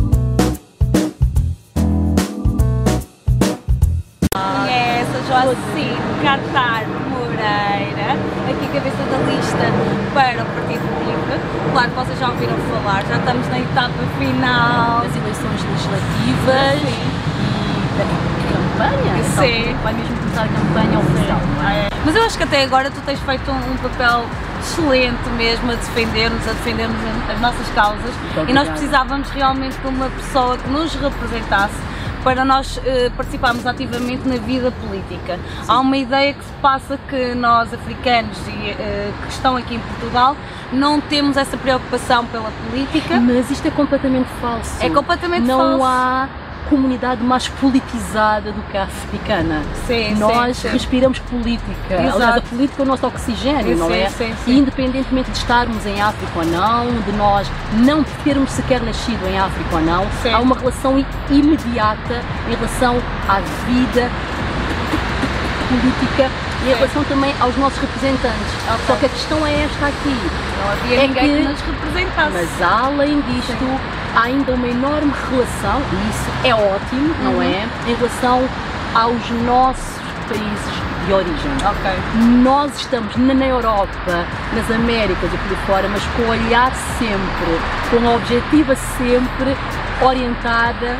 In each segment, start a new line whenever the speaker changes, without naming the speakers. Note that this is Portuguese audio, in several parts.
é lista para o Partido Livre. Claro que vocês já ouviram falar, já estamos na etapa final.
das eleições legislativas
Sim.
e da campanha.
Sim.
Então, Vai mesmo começar a campanha oficial, não é?
Mas eu acho que até agora tu tens feito um, um papel excelente mesmo a defender-nos, a defendermos as nossas causas
Muito
e nós
obrigada.
precisávamos realmente de uma pessoa que nos representasse para nós eh, participarmos ativamente na vida política. Há uma ideia que se passa que nós, africanos e, eh, que estão aqui em Portugal, não temos essa preocupação pela política.
Mas isto é completamente falso.
É completamente
não
falso.
há comunidade mais politizada do que a africana.
Sim,
Nós
sim, sim.
respiramos política.
Exato.
Aliás, a política é o nosso oxigênio, não
Sim,
é?
sim,
E
sim.
independentemente de estarmos em África ou não, de nós não termos sequer nascido em África ou não,
Sim.
há uma relação i- imediata em relação à vida política e em
Sim.
relação também aos nossos representantes.
Ok.
Só que a questão é esta aqui.
Não havia
É
ninguém que...
que-
nos representasse.
Mas além disto, há ainda uma enorme relação, e isso é ótimo, não
Uhum.
é? Em relação aos nossos países de origem.
Ok.
Nós estamos na, na Europa, nas Américas e por aí fora, mas com o olhar sempre, com a objetiva sempre orientada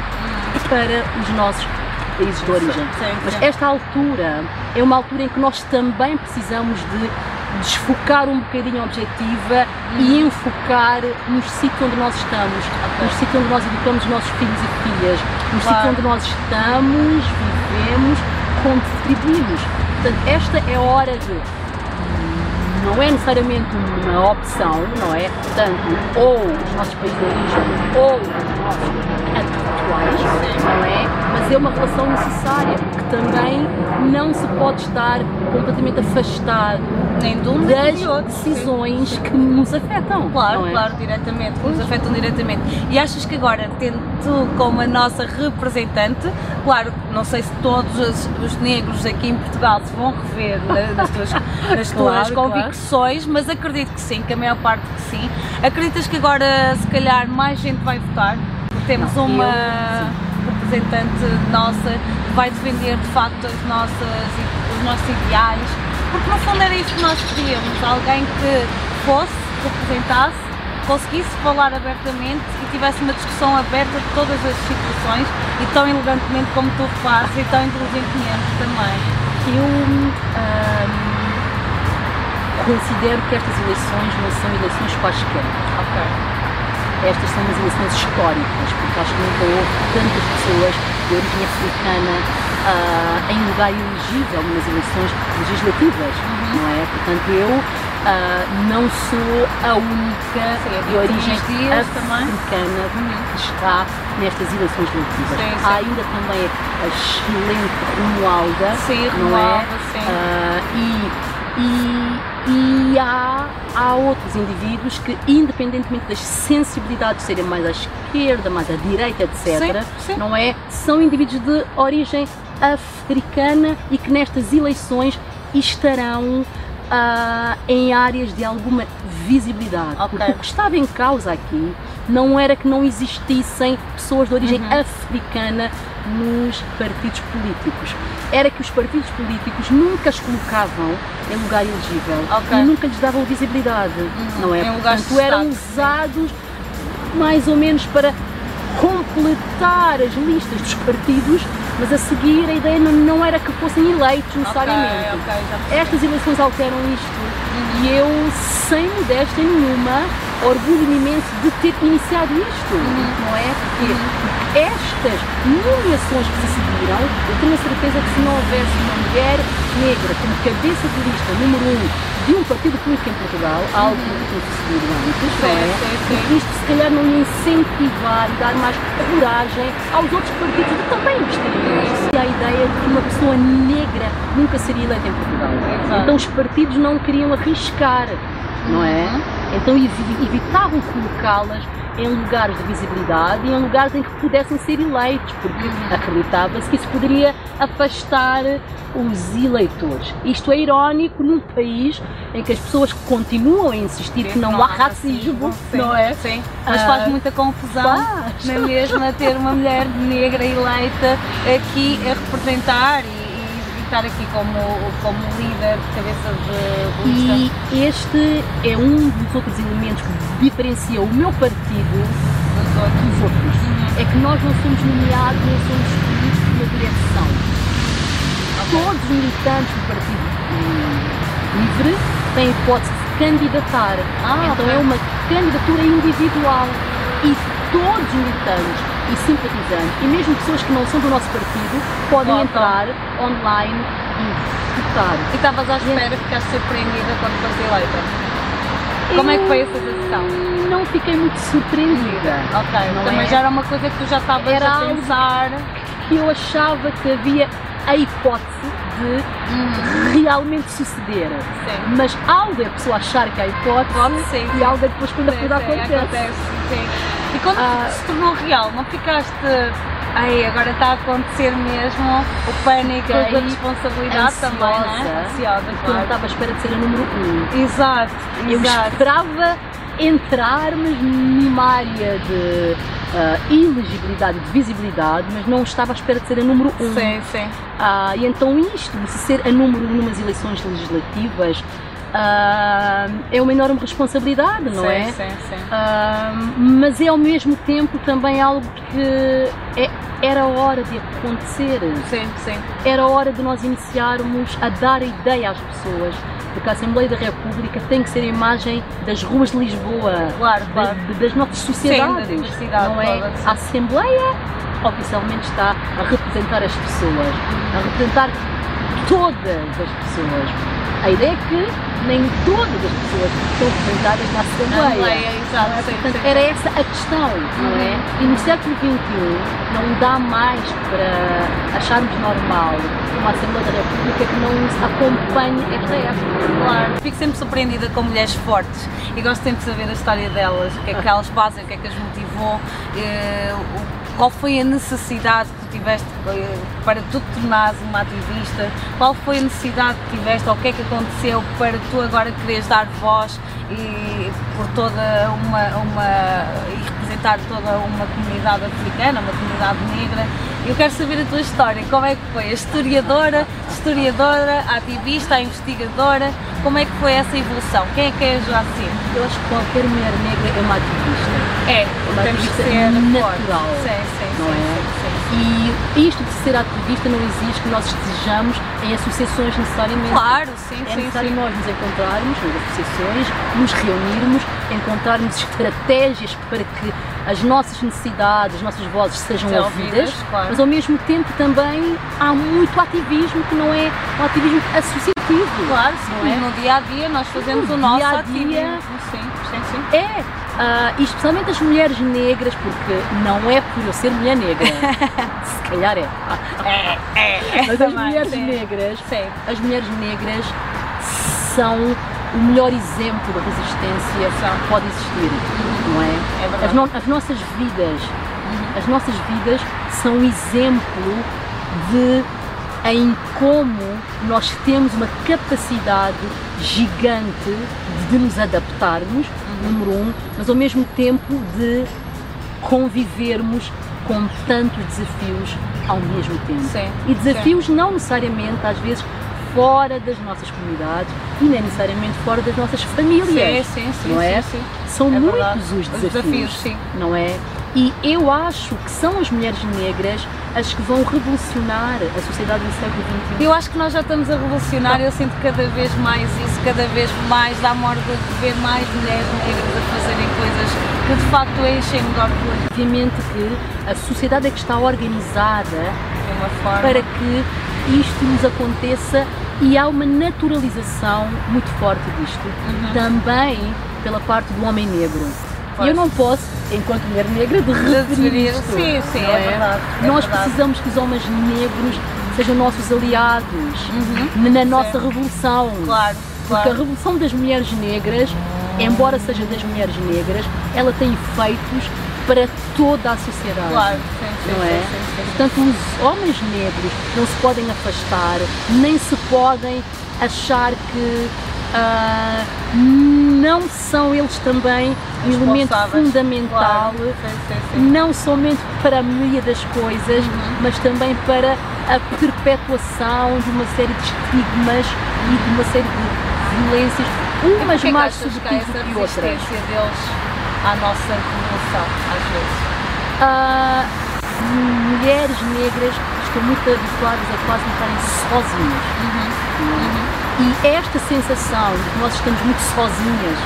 para os nossos países de origem.
Sim,
Mas
sim.
esta altura é uma altura em que nós também precisamos de desfocar um bocadinho a objetiva e enfocar no sítio onde nós estamos, no sítio onde nós educamos os nossos filhos e filhas, no
Claro.
sítio onde nós estamos, vivemos, contribuímos. Portanto, esta é a hora de não é necessariamente uma opção, não é? Portanto, ou os nossos países de origem, ou os nossos atuais, não é? Mas é uma relação necessária, porque também não se pode estar completamente afastado
Nem de um nem
das
de outro. sim.
decisões que nos afetam.
Claro,
não é?
claro, diretamente, que nos
Pois.
afetam diretamente. E achas que agora, tendo tu como a nossa representante, claro, não sei se todos os, os negros aqui em Portugal se vão rever na- nas tuas, nas tuas
Claro,
convicções, mas acredito que sim, que a maior parte que sim. Acreditas que agora, se calhar, mais gente vai votar? Temos
Não,
uma
eu-
representante nossa que vai defender de facto as nossas, os nossos ideais, porque no fundo era isso que nós queríamos, alguém que fosse, representasse, conseguisse falar abertamente e tivesse uma discussão aberta de todas as situações e tão elegantemente como tu fazes e tão inteligentemente também.
Eu ahm, considero que estas eleições não são eleições quaisquer.
Ok.
Estas são umas eleições históricas, porque acho que nunca houve tantas pessoas de origem africana ah, em lugar elegível nas eleições legislativas, não é? Portanto, eu ah, não sou a única
Sim,
de origem
Martins Dias também.
africana que está nestas eleições legislativas.
Sim, sim.
Há ainda também a excelente Romualda,
Sim,
não é?
Romualda, sim.
Ah, e, e- e há, há outros indivíduos que, independentemente das sensibilidades serem mais à esquerda, mais à direita, etc.,
Sim, sim.
não é? São indivíduos de origem africana e que nestas eleições estarão ah, em áreas de alguma visibilidade.
Ok.
Porque o que estava em causa aqui não era que não existissem pessoas de origem
Uhum.
africana nos partidos políticos. Era que os partidos políticos nunca as colocavam em lugar elegível
Ok. Uhum.
e nunca lhes davam visibilidade, não é?
Em lugares de
Portanto, eram
destaque, sim.
usados mais ou menos para completar as listas dos partidos, mas a seguir a ideia não, não era que fossem
é,
eleitos necessariamente.
Ok, ok, já percebi.
Estas eleições alteram isto e eu, sem modéstia nenhuma, orgulho-me imenso de ter iniciado isto,
Uhum.
não é? Porque estas nomeações que se seguiram, eu tenho a certeza que se não houvesse uma mulher negra como cabeça de lista número um de um partido político em Portugal, algo que não tinha sucedido antes, não é?
Uhum. Sim, sim, sim.
isto se calhar não ia incentivar e dar mais coragem aos outros partidos de também investirem nisto. E a ideia de que uma pessoa negra nunca seria eleita em Portugal.
Exato.
Então os partidos não queriam arriscar, não é?
Uhum.
Então evi- evitavam colocá-las em lugares de visibilidade e em lugares em que pudessem ser eleitos, porque
Uhum.
acreditava-se que isso poderia afastar os eleitores. Isto é irónico num país em que as pessoas continuam a insistir que não há racismo,
sim,
não é?
Sim, mas
Ah,
faz muita confusão.
faz.
Na mesma ter uma mulher negra eleita aqui a representar e, e- e estar aqui como, como líder, cabeça de lista.
E este é um dos outros elementos que diferencia o meu partido
dos outros.
dos outros. É que nós não somos nomeados, não somos escolhidos por uma direção. Todos os militantes do Partido hum, Livre têm hipótese de se candidatar.
Ah,
então
ok.
é uma candidatura individual. E todos os militantes e simpatizantes, e mesmo pessoas que não são do nosso partido, podem
Votam.
entrar online e votar.
E estavas à espera que ficaste surpreendida quando foste eleita. Como é que foi essa sensação?
Não fiquei muito surpreendida.
Ok,
Não
também
é?
já era uma coisa que tu já estavas
Era
a
algo-
pensar.
Eu achava que havia a hipótese de
Uhum.
realmente suceder.
Sim.
Mas algo é a pessoa achar que há hipótese
Pode ser, sim.
e algo é depois quando a coisa
Sim, sim,
acontece.
é, sim. E quando
Ah.
se tornou real, não ficaste. Ai, agora está a acontecer mesmo o pânico, a
Fiquei
responsabilidade também, não é?
ansiosa.
Ansiosa,
Porque eu não tá-
claro.
estava à espera de ser a número um.
Exato,
Eu
exato.
esperava entrar, mas numa área de ah, elegibilidade e de visibilidade, mas não estava à espera de ser a número um.
Sim, sim.
Ah, e então isto de ser a número um numas eleições legislativas ah, é uma enorme responsabilidade, não
sim,
é?
Sim, sim.
Ah, mas é ao mesmo tempo também algo que é- era hora de acontecer,
Sim, sim.
era hora de nós iniciarmos a dar a ideia às pessoas de que a Assembleia da República tem que ser a imagem das ruas de Lisboa,
Claro,
da-
claro.
de- das nossas sociedades,
diversidade
não é?
toda, sim.
A Assembleia oficialmente está a representar as pessoas, a representar todas as pessoas. A ideia é que nem todas as pessoas são representadas na Assembleia.
Assembleia, Uhum. exato, sim,
Portanto,
sim.
era essa a questão, não é? E no século XXI não dá mais para acharmos normal uma Assembleia da República que não se acompanhe esta época.
Claro. Fico sempre surpreendida com mulheres fortes e gosto sempre de saber a história delas, o que é que elas fazem, o que é que as motivou, eh, o- qual foi a necessidade que tu tiveste eh, para tu te tornares uma ativista, qual foi a necessidade que tiveste ou o que é que aconteceu para tu agora quereres dar voz e por toda uma, uma e representar toda uma comunidade africana, uma comunidade negra. Eu quero saber a tua história, como é que foi? A historiadora, historiadora, a ativista, a investigadora, como é que foi essa evolução? Quem é que é a Joacine?
Eu acho que qualquer mulher negra é uma ativista.
É,
Uma
temos que
ativista
ser
natural,
forte. Sim, sim,
não
sim,
é?
sim,
E isto de ser ativista não exige que nós estejamos em associações
sim.
necessariamente.
Claro, sim,
É
sim,
necessário
sim.
nós nos encontrarmos nas associações, nos reunirmos, encontrarmos estratégias para que as nossas necessidades, as nossas vozes sejam
Sejam
ouvidas,
ouvidas, claro.
mas ao mesmo tempo também há muito ativismo que não é um ativismo associativo.
Claro, sim,
Não é?
no dia a dia nós fazemos
No
o nosso
dia a
ativismo.
dia.
Sim, sim, sim.
É, ah, e especialmente as mulheres negras, porque não é por eu ser mulher negra, se calhar é,
É, é,
mas as
também,
mulheres
sim.
negras
Sim. é
as mulheres negras são o melhor exemplo da resistência que pode existir, não é?
É verdade.
As, no- as nossas vidas, as nossas vidas são um exemplo de em como nós temos uma capacidade gigante de nos adaptarmos, número um, mas ao mesmo tempo de convivermos com tantos desafios ao mesmo tempo.
Sim,
E desafios não necessariamente, às vezes, fora das nossas comunidades e nem necessariamente fora das nossas famílias.
Sim, sim, sim,
não é?
sim, sim.
São
É
muitos
verdade.
os desafios,
sim.
não é? E eu acho que são as mulheres negras as que vão revolucionar a sociedade do século um. XXI.
Eu acho que nós já estamos a revolucionar, eu sinto cada vez mais isso, cada vez mais dá-me orgulho de ver mais mulheres negras a fazerem coisas que de facto enchem-me de orgulho
Obviamente que a sociedade é que está organizada
de uma forma.
para que isto nos aconteça e há uma naturalização muito forte disto,
Uhum.
também pela parte do homem negro.
Pois.
E Eu não posso, enquanto mulher negra, de referir
deveria-
isto.
Sim, sim,
não
é verdade, é
Nós
verdade.
precisamos que os homens negros sejam nossos aliados na- na nossa revolução.
Uhum. Claro,
Porque a
claro.
revolução das mulheres negras, embora seja das mulheres negras, ela tem efeitos para toda a sociedade
Claro, sim, sim,
não é?
sim, sim, sim.
Portanto, os homens negros não se podem afastar, nem se podem achar que ah, não são eles também um elemento
Responsáveis.
fundamental,
Claro, sim, sim, sim. Uhum.
não somente para a melhoria das coisas, mas também para a perpetuação de uma série de estigmas e de uma série de violências,
E
umas
porquê É que
mais
achas que há
subtis
essa
do que outras.
resistência deles à nossa revolução, às vezes?
Ah, mulheres negras estão muito habituadas a quase estarem sozinhas. E esta sensação de que nós estamos muito sozinhas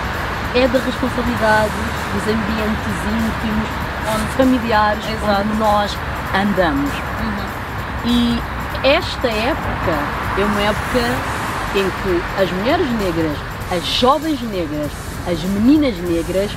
é da responsabilidade dos ambientes íntimos, onde familiares, onde nós andamos. E esta época é uma época em que as mulheres negras, as jovens negras, as meninas negras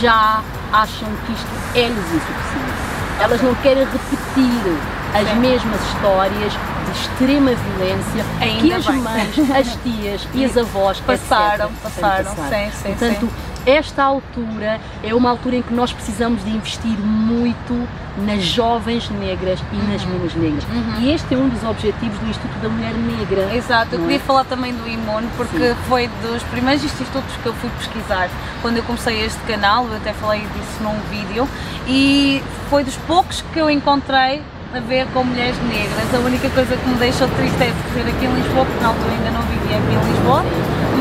já acham que isto é-lhes insuficiente. Elas não querem repetir as
Sim.
mesmas histórias de extrema violência
Ainda
que as
bem.
mães, as tias e as avós
Passaram,
etc.,
passaram,
têm passado.
sim, sim,
Portanto, esta altura é uma altura em que nós precisamos de investir muito nas jovens negras e
Uhum.
nas meninas negras. E este é um dos objetivos do Instituto da Mulher Negra.
Exato, eu
não é?
queria falar também do Imune porque
Sim.
foi dos primeiros institutos que eu fui pesquisar quando eu comecei este canal, eu até falei disso num vídeo e foi dos poucos que eu encontrei a ver com mulheres negras. A única coisa que me deixou triste é viver aqui em Lisboa, porque na altura ainda não vivia aqui em Lisboa,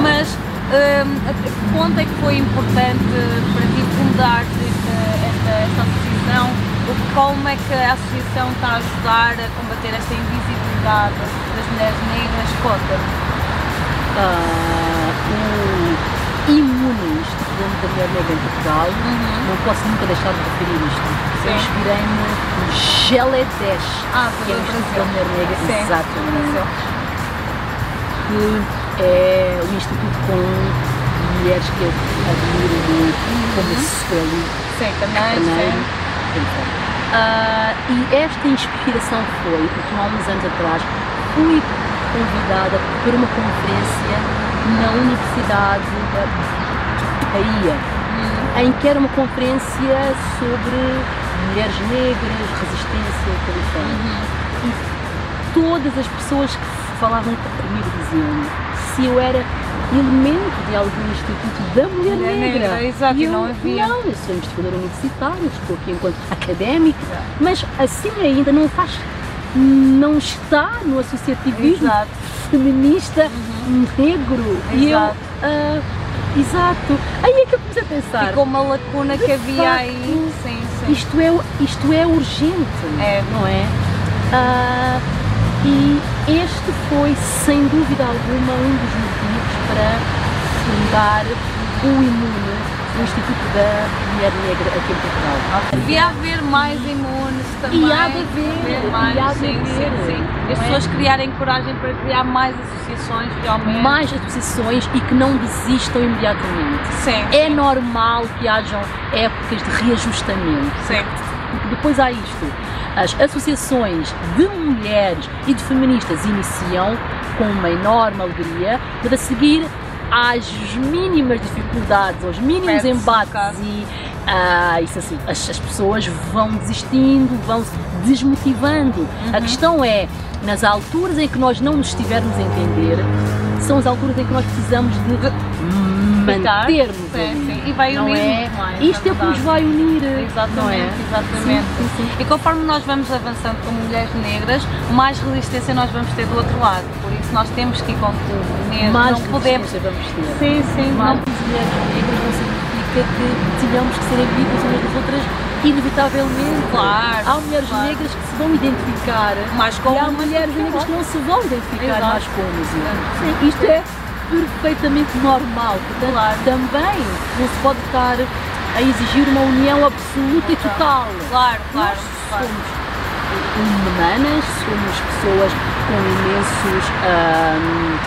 mas hum, até que ponto é que foi importante para ti eh, fundar esta, esta, esta associação? O- Como é que a associação está a ajudar a combater esta invisibilidade das mulheres negras? Conta-me.
Ah, o imune Instituto da Mulher Negra em Portugal. Não posso nunca deixar de referir isto. Eu
Uhum. Sim.
inspirei-me no Geledesh,
Ah,
que é o
do
Instituto da
Brasil.
Mulher Negra.
Sim, um
Exatamente.
do Brasil.
que é um instituto com mulheres que eu admiro muito,
Uhum.
como a Sueli
Sim, também,
também.
sim.
Então, né? ah, e esta inspiração foi, porque há uns anos atrás fui convidada para uma conferência na Universidade da Bahia,
Hum.
em que era uma conferência sobre mulheres negras, resistência e coleção.
Uhum.
E todas as pessoas que falavam comigo diziam-me se eu era elemento de algum instituto da mulher,
Mulher negra,
negra.
exato,
E
e
eu,
não havia.
Não, eu sou investigadora universitária, estou aqui enquanto académica, mas assim ainda não faz, não está no associativismo
Exato. Uhum.
feminista negro. E eu,
Exato.
ah, exato. Aí é que eu comecei a pensar,
Ficou uma lacuna que havia aí.
facto,
Sim, sim.
isto, é, isto é urgente,
É.
não é? Ah, e este foi, sem dúvida alguma, um dos motivos para fundar o Imune, o Instituto da Mulher Negra aqui em Portugal.
Devia haver mais imunes também.
E há de haver,
Haver mais,
e há de
sim,
haver,
sim, sim. As
não é?
pessoas criarem coragem para criar mais associações, realmente.
Mais associações e que não desistam imediatamente.
Sim,
É normal que hajam épocas de reajustamento.
sim.
Porque depois há isto. As associações de mulheres e de feministas iniciam com uma enorme alegria, mas a seguir às mínimas dificuldades, aos mínimos
Perde-se um
embates
bocado.
e ah, isso assim, as, as pessoas vão desistindo, vão se desmotivando. A questão é, nas alturas em que nós não nos estivermos a entender, são as alturas em que nós precisamos de
Ficar. Sim,
mantermos. ali.
sim. E vai
Não
unir
é?
mais.
Isto é o que nos vai unir.
Exatamente,
não é?
exatamente.
Sim, sim, sim.
E conforme nós vamos avançando como mulheres negras, mais resistência nós vamos ter do outro lado. Por isso nós temos que ir com tudo. Mesmo.
mais
não podemos.
resistência vamos ter. é
Sim, sim,
Mais
não.
mulheres negras não significa que tenhamos que ser amigas umas das outras, inevitavelmente.
Claro,
Há mulheres
claro.
negras que se vão identificar
Mais com
e há
umas do
mulheres
que com
negras que não se vão identificar
Exato.
mais com o museu. Sim, Isto é perfeitamente normal. Portanto, também não se pode estar a exigir uma união absoluta e total.
Claro, claro,
Nós
claro.
somos humanas, somos pessoas com imensos. ahm,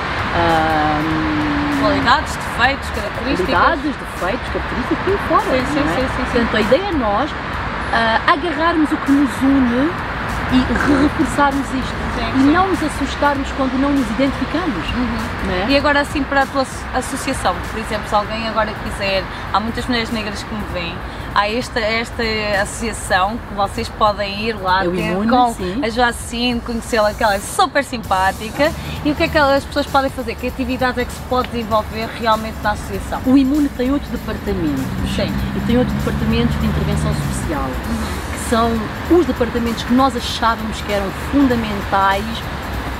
ahm,
Qualidades, defeitos, características.
qualidades, defeitos, características, por aí fora.
Sim, sim,
não é?
sim, sim, sim.
Portanto, a ideia é nós ah, agarrarmos o que nos une e reforçarmos isto.
Sim,
e
sim. Uhum.
não nos assustarmos quando não nos identificamos. Não é?
E agora assim para a tua asso- associação, por exemplo, se alguém agora quiser, há muitas mulheres negras que me veem, há esta, esta associação que vocês podem ir lá
É o
ter
Imune,
com
sim.
a Joacine, conhecê-la, que ela é super simpática. E o que é que as pessoas podem fazer? Que atividades é que se pode desenvolver realmente na associação?
O Imune tem oito departamentos
Sim.
e tem oito departamentos de intervenção social que são os departamentos que nós achávamos que eram fundamentais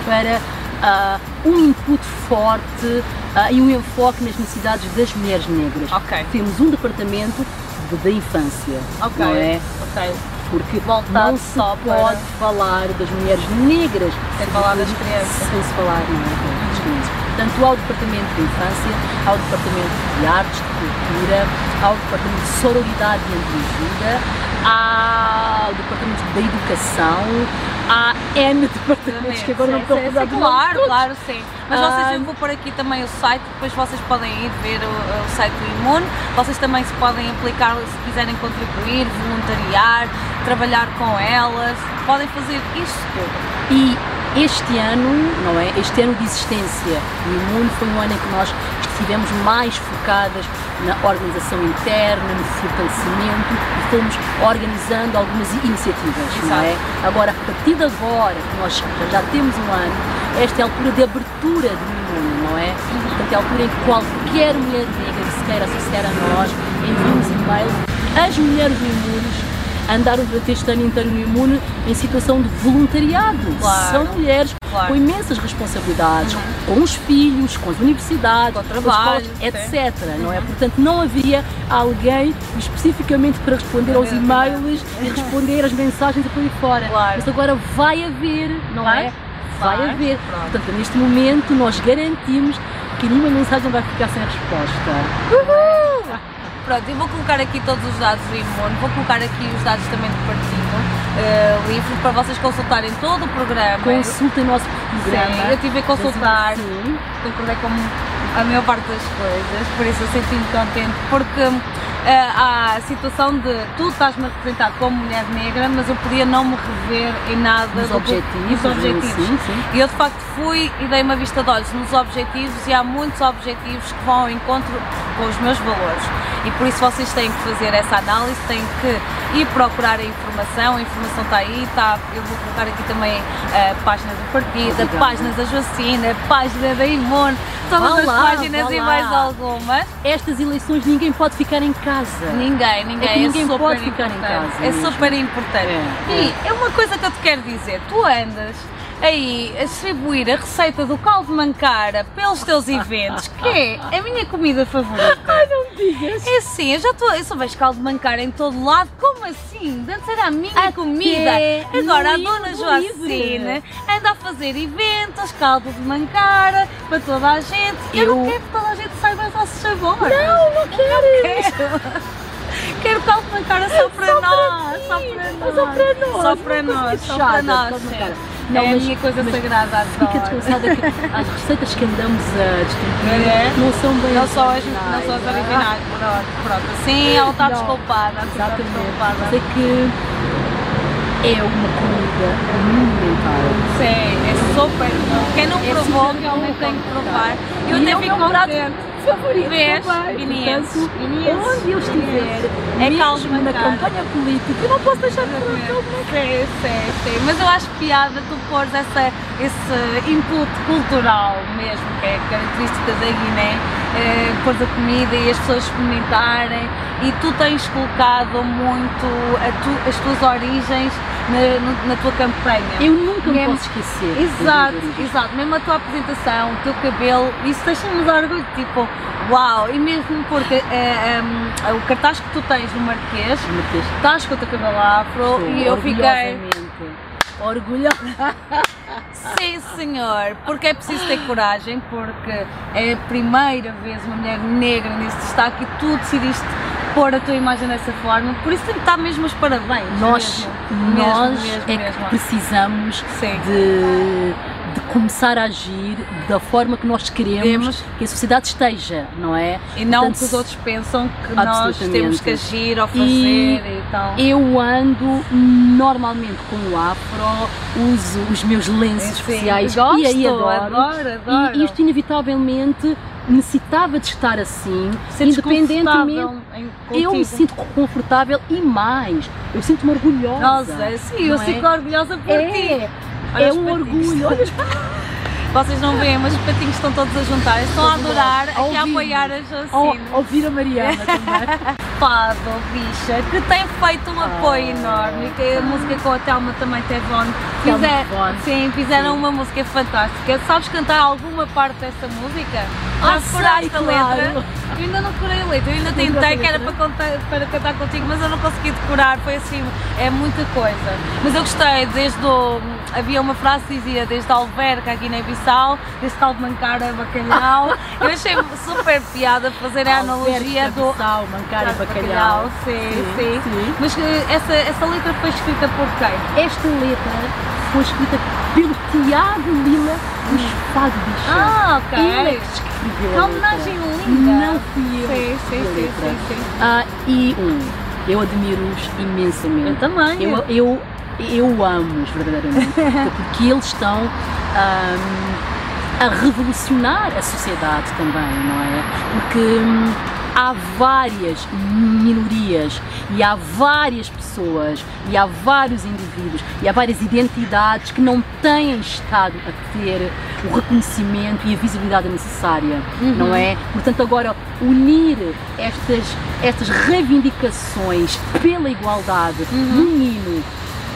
para ah, um input forte ah, e um enfoque nas necessidades das mulheres negras.
Ok.
Temos um departamento de- da infância,
Ok.
não é?
Ok.
Porque
Voltado
não se
só
pode
para-
falar das mulheres negras
Sem falar das crianças.
sem se falar não é, das crianças. Portanto, há o departamento de infância, há o departamento de artes, de cultura, há o departamento de sororidade e ajuda, há o departamento da educação, há N departamentos que agora não
Sim,
estou a
sim,
lembrar
sim,
do nome
Claro,
todo.
claro, sim. Mas vocês,
Ah.
eu vou pôr aqui também o site, depois vocês podem ir ver o, o site do Imune. Vocês também se podem aplicar se quiserem contribuir, voluntariar, trabalhar com elas. Podem fazer isto tudo.
E este ano, não é? Este ano de existência do Imune foi um ano em que nós estivemos mais focadas na organização interna, no fortalecimento e fomos organizando algumas iniciativas, não é? Agora, a partir de agora, que nós já- já temos um ano, esta é a altura de abertura do Imune, não é? Portanto, é a altura em que qualquer mulher negra que se queira associar a nós, envie-nos um e-mail. As mulheres imunes andaram durante este ano inteiro no Imune em situação de voluntariado.
Claro.
São mulheres
Claro. Uhum.
com imensas responsabilidades, com os filhos, com as universidades,
Com o
as
trabalho, Uhum.
escolas, etc. Não é? Portanto, não havia alguém especificamente para responder aos
Verdade.
e-mails e responder às mensagens e por aí fora.
Claro.
Mas agora vai haver, não
Vai?
é? Vai,
Vai.
haver.
Pronto.
Portanto, neste momento nós garantimos que nenhuma mensagem vai ficar sem resposta.
Pronto, eu vou colocar aqui todos os dados do Imune, vou colocar aqui os dados também do partido, eh, livre, para vocês consultarem todo o programa.
Consultem o nosso programa.
Sim, eu tive a consultar.
Sim.
concordei com a maior parte das coisas, por isso eu senti-me contente, porque eh, há a situação de tu estás-me a representar como mulher negra, mas eu podia não me rever em nada
Nos
do-
objetivos,
nos objetivos.
sim, sim.
E eu de facto fui e dei uma vista de olhos nos objetivos e há muitos objetivos que vão ao encontro com os meus valores. E por isso vocês têm que fazer essa análise, têm que ir procurar a informação, a informação está aí, está, eu vou colocar aqui também eh, a página do partido, a
Obrigada.
página da Joacina, a página da Imune, todas
Vá
as
lá,
páginas
vá
e
lá.
mais algumas.
Estas eleições ninguém pode ficar em casa.
Ninguém,
É
ninguém,
que ninguém
super
pode ficar em
importante.
casa
É
mesmo.
super importante.
É,
E é uma coisa que eu te quero dizer, tu andas aí a distribuir a receita do caldo de mancara pelos teus eventos, que é a minha comida favorita. Ai, não
digas.
É assim, eu já estou, eu só vejo caldo de mancara em todo lado, como assim? Antes era a minha
Até
comida.
no
Agora a
livro
dona
do
Joacine
livro.
anda a fazer eventos, caldo de mancara, para toda a gente. Eu, não
Eu-
quero que toda a gente saiba os nossos sabores. Não, não quero. Quero caldo de cara só para nós, só para nós.
Só para nós.
Só para
Uma coisa
nós, só
fechada,
para nós.
caldo de
sim.
mancara.
é
Não,
a
mas-
minha coisa
mas
sagrada
Fica
adoro.
descansada que as receitas que andamos a distribuir
É.
não são bem
Não só as, não
originais,
só as
não é?
originais, pronto, pronto. Assim ela tá está
Não.
desculpada, está
Exatamente.
desculpada.
Mas é que é uma comida monumental.
Sim, é super bom. Quem não
É
provou,
super
realmente
bom,
tem que
tá.
provar.
E
Eu
é
até
o
fico
meu prato
contente.
Favorito
Vês,
também.
Inês,
Portanto,
Inês,
Onde eu estiver,
É
mesmo
caldo de
na
mancara.
campanha política, eu não posso deixar de comer
Exatamente.
caldo de mancara.
Sim, sim, sim. Mas eu acho piada tu pôres essa, esse input cultural mesmo, que é característica da Guiné, eh, pôres a comida e as pessoas experimentarem. E tu tens colocado muito a tu- as tuas origens na, no- na tua campanha.
Eu nunca me
Mesmo.
posso esquecer.
Exato,
das minhas origens.
exato. Mesmo a tua apresentação, o teu cabelo, isso deixa-nos orgulho, tipo, uau! E mesmo porque eh, eh, o cartaz que tu tens no Marquês,
Mas
estás com o teu cabelo afro
estou
e eu fiquei.
orgulhosamente- Orgulhosa.
Sim, senhor, porque é preciso ter coragem, porque é a primeira vez uma mulher negra nesse destaque e tu decidiste pôr a tua imagem dessa forma, por isso tenho que estar mesmo os parabéns.
Nós,
mesmo,
nós
mesmo,
é
mesmo.
que precisamos
Sim.
de, de começar a agir da forma que nós queremos
Temos.
que a sociedade esteja, não é?
E não
Portanto,
que os outros pensam que nós
Absolutamente.
temos que agir ou fazer
E-
e, tal.
Eu ando normalmente com o afro, uso os meus lenços
Sim,
especiais
gosto,
e aí adoro.
adoro, adoro.
E isto inevitavelmente necessitava de estar assim,
Ser
independentemente.
desconfortável em-
Eu me
contigo.
sinto confortável e mais, eu sinto-me orgulhosa.
Nossa, sim, eu
não é?
fico orgulhosa por ti.
É,
Olhas
é um
para ti.
orgulho. Olhas para
Vocês não veem, mas os patinhos estão todos a juntar. Estão a adorar,
Ao
aqui a
vivo.
apoiar as
Ao-
vacinas.
Ouvir a Mariana também.
Fado, bicha, é que tem feito um apoio
Ah.
enorme. Que a música com a Telma também teve onde.
Telma
Fizer-
Von.
sim, fizeram uma música fantástica. Sabes cantar alguma parte dessa música?
Ah,
Já decoraste
sei,
a letra?
claro.
Eu ainda não decorei a letra, eu ainda
Não
tentei, que
decoraste a
era para,
letra?
contar- para cantar contigo, mas eu não consegui decorar. Foi assim, é muita coisa. Mas eu gostei, desde o, havia uma frase que dizia desde a alverca aqui na Bissau, desde caldo mancara bacalhau. Eu achei super piada fazer a analogia do
Sal, mancar e
Prato de
bacalhau.
Sim, sim.
Sim, sim.
Mas eh, essa, essa letra foi escrita por quem?
Esta letra foi escrita pelo Tiago Lima dos Fado Bicha.
Ah, ok.
Ele é que escreveu.
Que
a
homenagem
letra.
linda.
Não fui eu.
Sim, sim,
que escrevi a
sim,
letra.
sim, sim.
Ah, e um, eu admiro-os imensamente.
Eu também.
Eu, eu, eu amo-os verdadeiramente. porque eles estão ah, ahm, a revolucionar a sociedade também, não é? Porque hum, há várias minorias e há várias pessoas e há vários indivíduos e há várias identidades que não têm estado a ter o reconhecimento e a visibilidade necessária,
Uhum.
não é? Portanto, agora unir estas, estas reivindicações pela igualdade,
Uhum.
menino,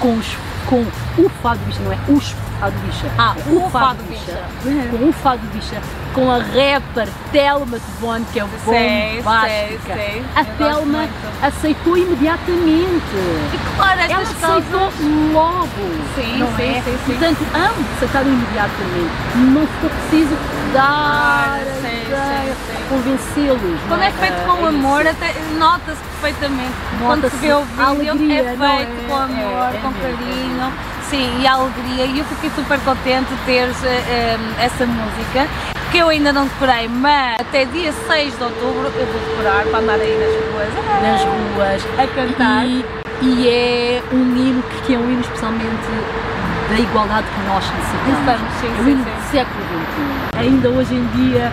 com, os, com o fado bicha, não é os fado bicha.
Ah,
é
o fado bicha.
Com o fado bicha, com a rapper Telma Devon, que é
Sei,
bombástica.
sei, sei.
A
Eu gosto
Telma
muito.
aceitou imediatamente.
E claro,
Ela
estas
aceitou
causas.
logo.
Sim,
não
sim,
é?
sim, sim.
Portanto, ambos aceitaram imediatamente. Não ficou preciso dar,
Ah, sei,
dar,
sei, sei.
convencê-los.
Quando
não
é feito
Ah,
com
isso.
amor, até nota-se perfeitamente. Quando se
Nota-se
vê o
a
vídeo,
alegria,
é
não é?
feito com amor,
É, é
com
mesmo, é
carinho. Sim, e a alegria. E eu fiquei super contente de teres eh, eh, essa música, que eu ainda não decorei, mas até dia 6 de outubro eu vou decorar para andar aí nas ruas. Ah!
nas ruas
A cantar.
E, e é um hino que, que é um hino especialmente da igualdade que nós necessitamos.
Necessitamos, sim,
é um
sim,
hino
sim.
do século XXI. Ainda hoje em dia,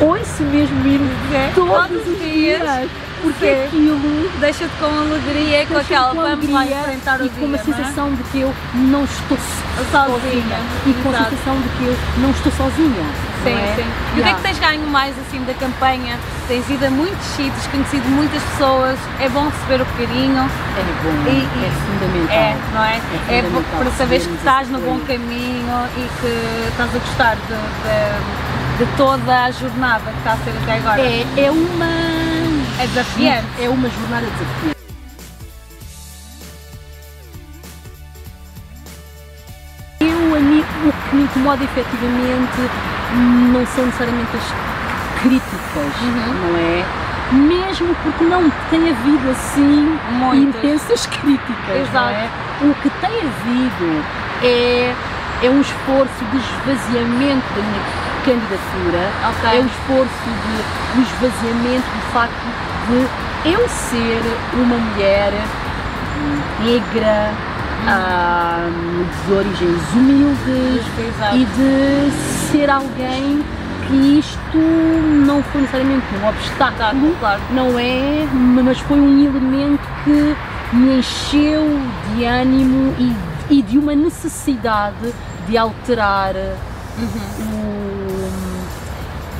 ouço mesmo hino
É,
todos,
todos
os
os dias.
dias, porque
Sim.
aquilo
Deixa-te com alegria, com
deixa-me
aquela
com
vamos lá
alegria
enfrentar o
e
dia,
com uma
não é?
sensação de que eu não estou sozinha
Sozinha,
e com a
exato.
sensação de que eu não estou sozinha. não
Sim,
é?
sim. E o que é
Yeah.
que tens ganho mais assim da campanha? Tens ido a muitos sítios, conhecido muitas pessoas, é bom receber o carinho,
É bom,
E- e-
é fundamental.
é, não é?
É
É, bom
fundamental
para saberes que
sabermos
estás
esse
no bom
apoio.
caminho e que estás a gostar de, de- de toda a jornada que está a ser até agora.
É, é uma
É desafiante.
É uma jornada de desafio. Eu, a mim, um o que me incomoda efetivamente não são necessariamente as críticas, não é? Mesmo porque não tem havido assim
Muitas.
intensas críticas, não
Exato.
é? O que tem havido é, é um esforço de esvaziamento da minha candidatura,
Ok.
é um esforço de um esvaziamento do facto de eu ser uma mulher negra, ah, de origens humildes
Exato.
e de ser alguém que isto não foi necessariamente um obstáculo,
Claro.
não é, mas foi um elemento que me encheu de ânimo e, e de uma necessidade de alterar o-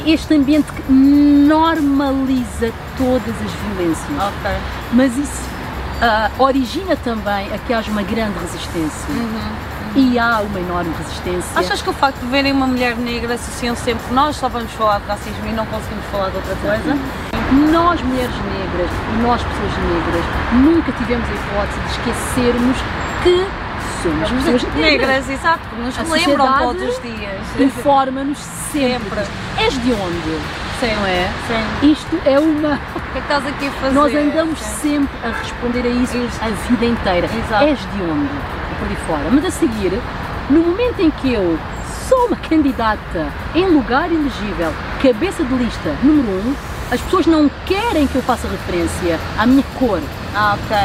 este ambiente que normaliza todas as violências.
Ok.
Mas isso ah, origina também a que haja uma grande resistência. E há uma enorme resistência.
Achas que o facto de verem uma mulher negra associam sempre que nós só vamos falar de racismo e não conseguimos falar de outra coisa?
Nós, mulheres negras e nós, pessoas negras, nunca tivemos a hipótese de esquecermos que somos pessoas negras.
Negras, exato, que nos
A
lembram
sociedade
todos os dias.
Informa-nos sempre.
Sempre.
És de onde?
Sim,
Não é?
Sim.
Isto é uma.
O que é que estás aqui a fazer?
Nós andamos
Sim.
sempre a responder a isso
Isso.
a vida inteira.
Exato.
És de onde? E por aí fora. Mas a seguir, no momento em que eu sou uma candidata em lugar elegível, cabeça de lista número um, as pessoas não querem que eu faça referência à minha cor,
Ah, ok.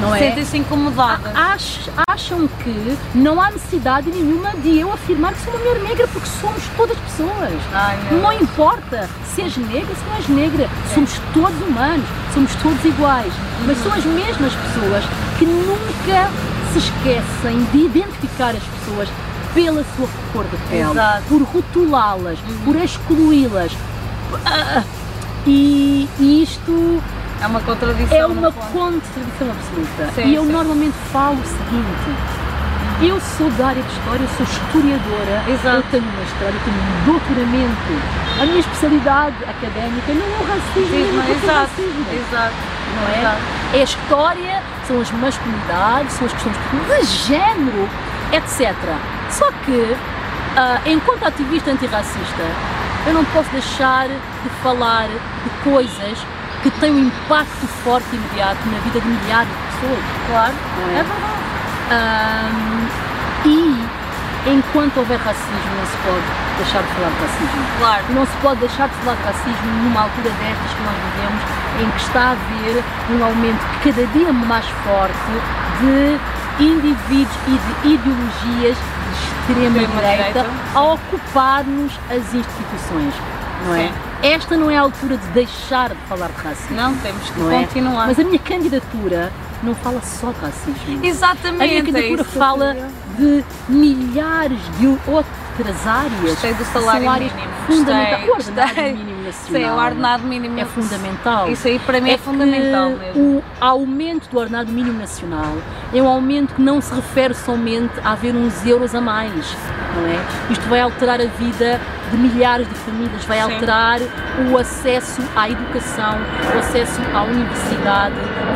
não é? Ah,
Sentem-se incomodadas.
Ach- acham que não há necessidade nenhuma de eu afirmar que sou uma mulher negra, porque somos todas pessoas.
Ai, meu
Não
Deus.
importa se és negra, se não és negra, somos todos humanos, somos todos iguais, mas são as mesmas pessoas que nunca se esquecem de identificar as pessoas pela sua cor de pele,
Exato.
por rotulá-las, por excluí-las. Ah, E, e isto
É uma contradição.
é
no
uma
fundo.
contradição absoluta.
Sim,
e eu
sim.
normalmente falo o seguinte: eu sou da área de história, eu sou historiadora,
Exato.
eu tenho uma história, eu tenho um doutoramento. A minha especialidade académica não é o racismo,
Sim,
não
mas
é o
exato,
racismo.
exato.
Não é?
exato.
é a história, são as masculinidades, são as questões de género, etc. Só que, ah, enquanto ativista antirracista, eu não posso deixar de falar de coisas que têm um impacto forte e imediato na vida de milhares de pessoas.
Claro,
Não
é
é?
verdade.
Ahm, e, enquanto houver racismo, não se pode deixar de falar de racismo.
Claro.
Não se pode deixar de falar de racismo numa altura destas que nós vivemos, em que está a haver um aumento cada dia mais forte de indivíduos e de ideologias de extrema-direita
Extrema-direita,
a ocupar-nos as instituições, não é?
Sim.
Esta não é a altura de deixar de falar de racismo,
Não, temos que
não é?
continuar.
Mas a minha candidatura não fala só de racismo.
Exatamente.
A minha candidatura
é isso que eu
fala
queria.
de milhares de outras áreas.
Gostei do
que
salário
são áreas
mínimo. Gostei,
fundamentais. o ordenado
gostei.
mínimo nacional.
Sim, o ordenado mínimo
é fundamental.
Isso aí para mim é,
que
fundamental mesmo.
O aumento do ordenado mínimo nacional é um aumento que não se refere somente a haver uns euros a mais, não é? Isto vai alterar a vida de milhares de famílias, vai
Sim.
alterar o acesso à educação, o acesso à universidade,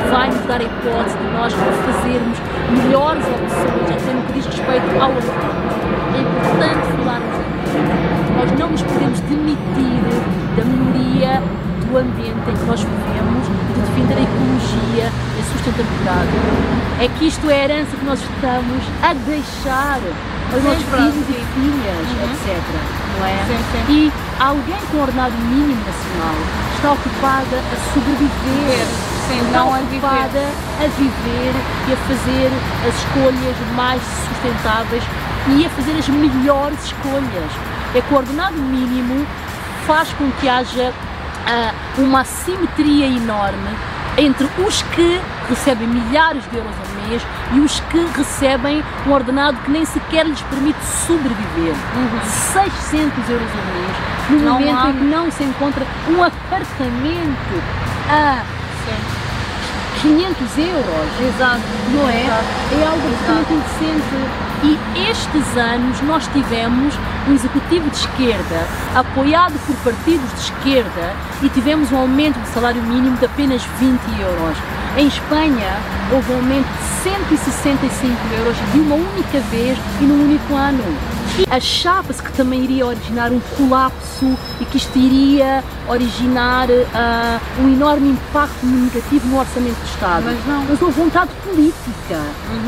vai nos dar a hipótese de nós fazermos melhores opções, até no que diz respeito ao aluno. É importante falarmos aqui. Nós não nos podemos demitir da melhoria do ambiente em que nós vivemos, de defender a ecologia, a sustentabilidade. É que isto é a herança que nós estamos a deixar aos
Sim,
nossos
pronto,
filhos e
sim.
filhas,
Uhum.
etc. Não é?
Sim, sim.
E alguém com ordenado mínimo nacional está ocupada a sobreviver.
Sim,
está
não a viver.
ocupada a viver e a fazer as escolhas mais sustentáveis e a fazer as melhores escolhas. É que o ordenado mínimo faz com que haja ah, uma assimetria enorme entre os que recebem milhares de euros ao mês e os que recebem um ordenado que nem sequer lhes permite sobreviver. 600 euros ao mês, no
Não
momento
há.
em que não se encontra um apartamento a
Sim.
500 euros,
Exato.
não é?
Exato.
É algo absolutamente indecente. E estes anos nós tivemos um executivo de esquerda apoiado por partidos de esquerda e tivemos um aumento do salário mínimo de apenas 20 euros. Em Espanha houve um aumento de 165 euros de uma única vez e num único ano. E achava-se que também iria originar um colapso e que isto iria originar ah, um enorme impacto negativo no orçamento do Estado.
Mas não. Uhum.
Mas houve vontade política.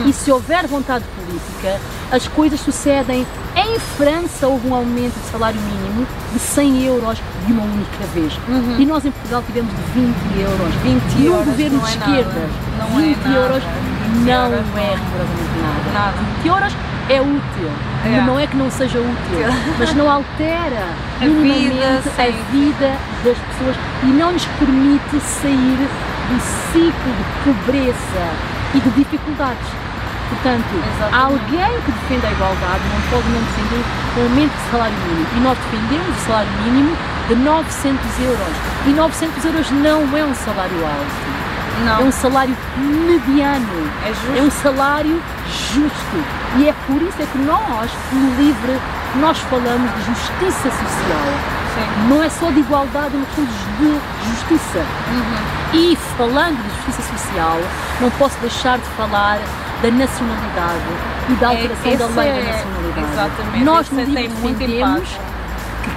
E se houver vontade política, as coisas sucedem. Em França houve um aumento de salário mínimo de 100 euros de uma única vez.
Uhum.
E nós em Portugal tivemos de 20 euros.
20
E um
euros
governo
não
de
é nada.
esquerda,
Não é
20
nada.
euros
20
não
euros
é rigorosamente nada.
Nada.
20 euros é útil.
É.
Não é que não seja útil, mas não altera
A
minimamente
vida,
a
sim.
vida das pessoas e não nos permite sair do ciclo de pobreza e de dificuldades. Portanto,
Exatamente.
alguém que defende a igualdade não pode não defender o aumento de salário mínimo. E nós defendemos o salário mínimo de 900 euros. E 900 euros não é um salário alto. É
Não.
um salário mediano.
É justo.
É um salário justo. E é por isso é que nós, no LIVRE, nós falamos de justiça social.
Sim.
Não é só de igualdade, é uma questão de justiça.
Uhum.
E falando de justiça social, não posso deixar de falar da nacionalidade e da
É,
alteração da
esse
lei
é-
da nacionalidade.
exatamente,
Nós
esse é
no
tem
LIVRE
muito
defendemos
impacto.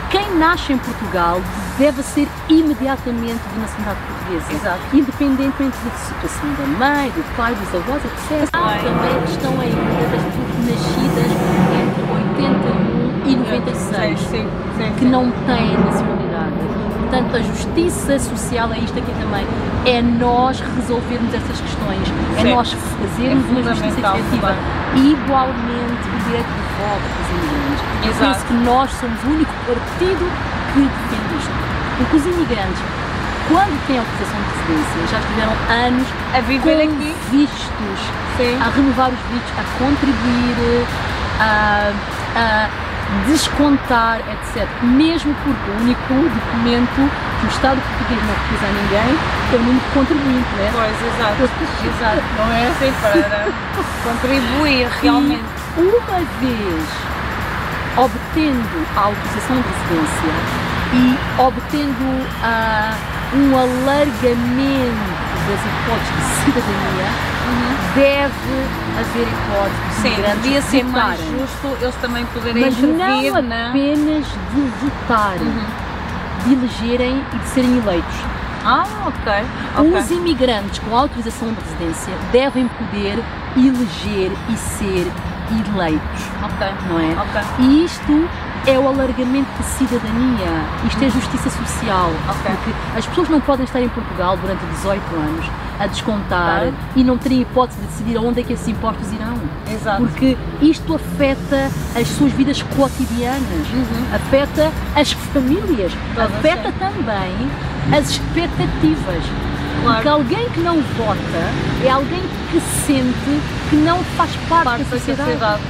que quem nasce em Portugal deve ser imediatamente de nacionalidade portuguesa.
Exato.
Independentemente da situação da mãe, do pai, dos avós, etc. Há
Bem.
também que estão ainda das pessoas nascidas entre 81 e 96
Sim, sim, sim,
que
sim.
não têm nacionalidade. Portanto, a justiça social é isto aqui também. É nós resolvermos estas questões, é
Sim.
nós fazermos
É
uma justiça
fundamental,
efetiva.
claro.
E, Igualmente, o direito de voto dos imigrantes. É Por
Exato.
isso que nós somos o único partido que defende isto. Porque os imigrantes, quando têm autorização de residência, já estiveram anos
A É viver
com
aqui.
vistos
Sim.
a renovar os vídeos, a contribuir, a, a descontar, etc. Mesmo porque o único documento que o Estado português não recusa a ninguém é o número de contribuinte, né?
Pois, exato. Exato.
Não é?
Sim, para contribuir realmente.
E uma vez obtendo a autorização de residência e obtendo ah, um alargamento das hipóteses de cidadania, deve haver hipóteses de
Uhum. Sim,
imigrantes
devia ser mais
votarem.
justo eles também poderem
Mas
intervir né?
não
na.
apenas de votarem,
Uhum.
de elegerem e de serem eleitos.
Ah, ok. ok.
Os imigrantes com autorização de residência devem poder eleger e ser eleitos,
Ok.
não é?
Ok.
E isto é o alargamento da cidadania, isto é justiça social,
Ok.
porque as pessoas não podem estar em Portugal durante 18 anos a descontar
Claro.
e não terem hipótese de decidir aonde é que esses impostos irão,
Exato.
porque isto afeta as suas vidas cotidianas
Uhum.
afeta as famílias,
Todas,
afeta também as expectativas.
Claro.
Porque alguém que não vota é alguém que sente que é não faz parte,
parte
da
da
sociedade.
sociedade.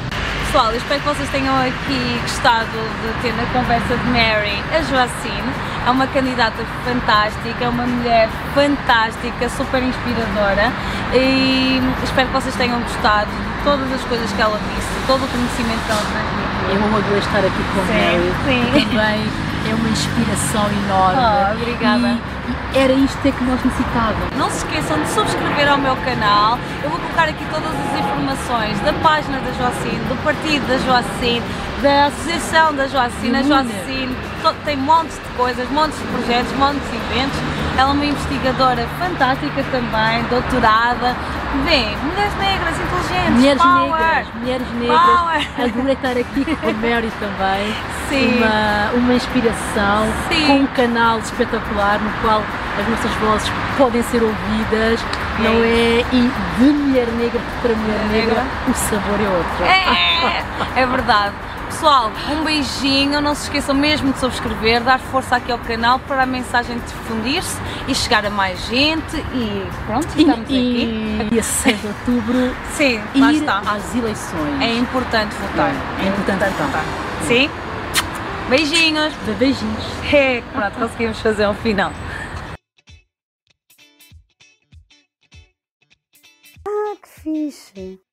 Pessoal, eu espero que vocês tenham aqui gostado de ter na conversa de Mary a Joacine. É uma candidata fantástica, é uma mulher fantástica, super inspiradora e espero que vocês tenham gostado de todas as coisas que ela disse, de todo o conhecimento que ela transmitiu.
É uma honra estar aqui com a Mary.
sim.
Também é uma inspiração enorme.
Oh, obrigada.
E, e era isto é que nós necessitávamos.
Não se esqueçam de subscrever ao meu canal. Eu vou colocar aqui todas as informações da página da Joacine, do partido da Joacine, da associação da Joacine. A
Do Mundo.
Joacine to- tem montes de coisas, montes de projetos, montes de eventos. Ela é uma investigadora fantástica também, doutorada. Vem, mulheres negras, inteligentes,
Mulheres
power.
negras, mulheres negras,
Power.
adorei estar aqui com a Mary também.
Sim.
uma, uma inspiração,
Sim.
com um canal espetacular no qual as nossas vozes podem ser ouvidas, não é? E de mulher negra para mulher,
Mulher
negra,
negra.
o sabor é outro.
É, é verdade. Pessoal, um beijinho, não se esqueçam mesmo de subscrever, dar força aqui ao canal para a mensagem difundir-se e chegar a mais gente e pronto,
E,
estamos aqui.
e dia 6 de outubro,
Sim, lá
ir
está.
às eleições.
É importante votar.
É importante votar.
Sim? Beijinhos.
Beijinhos.
É, pronto, conseguimos fazer um final.
que fixe.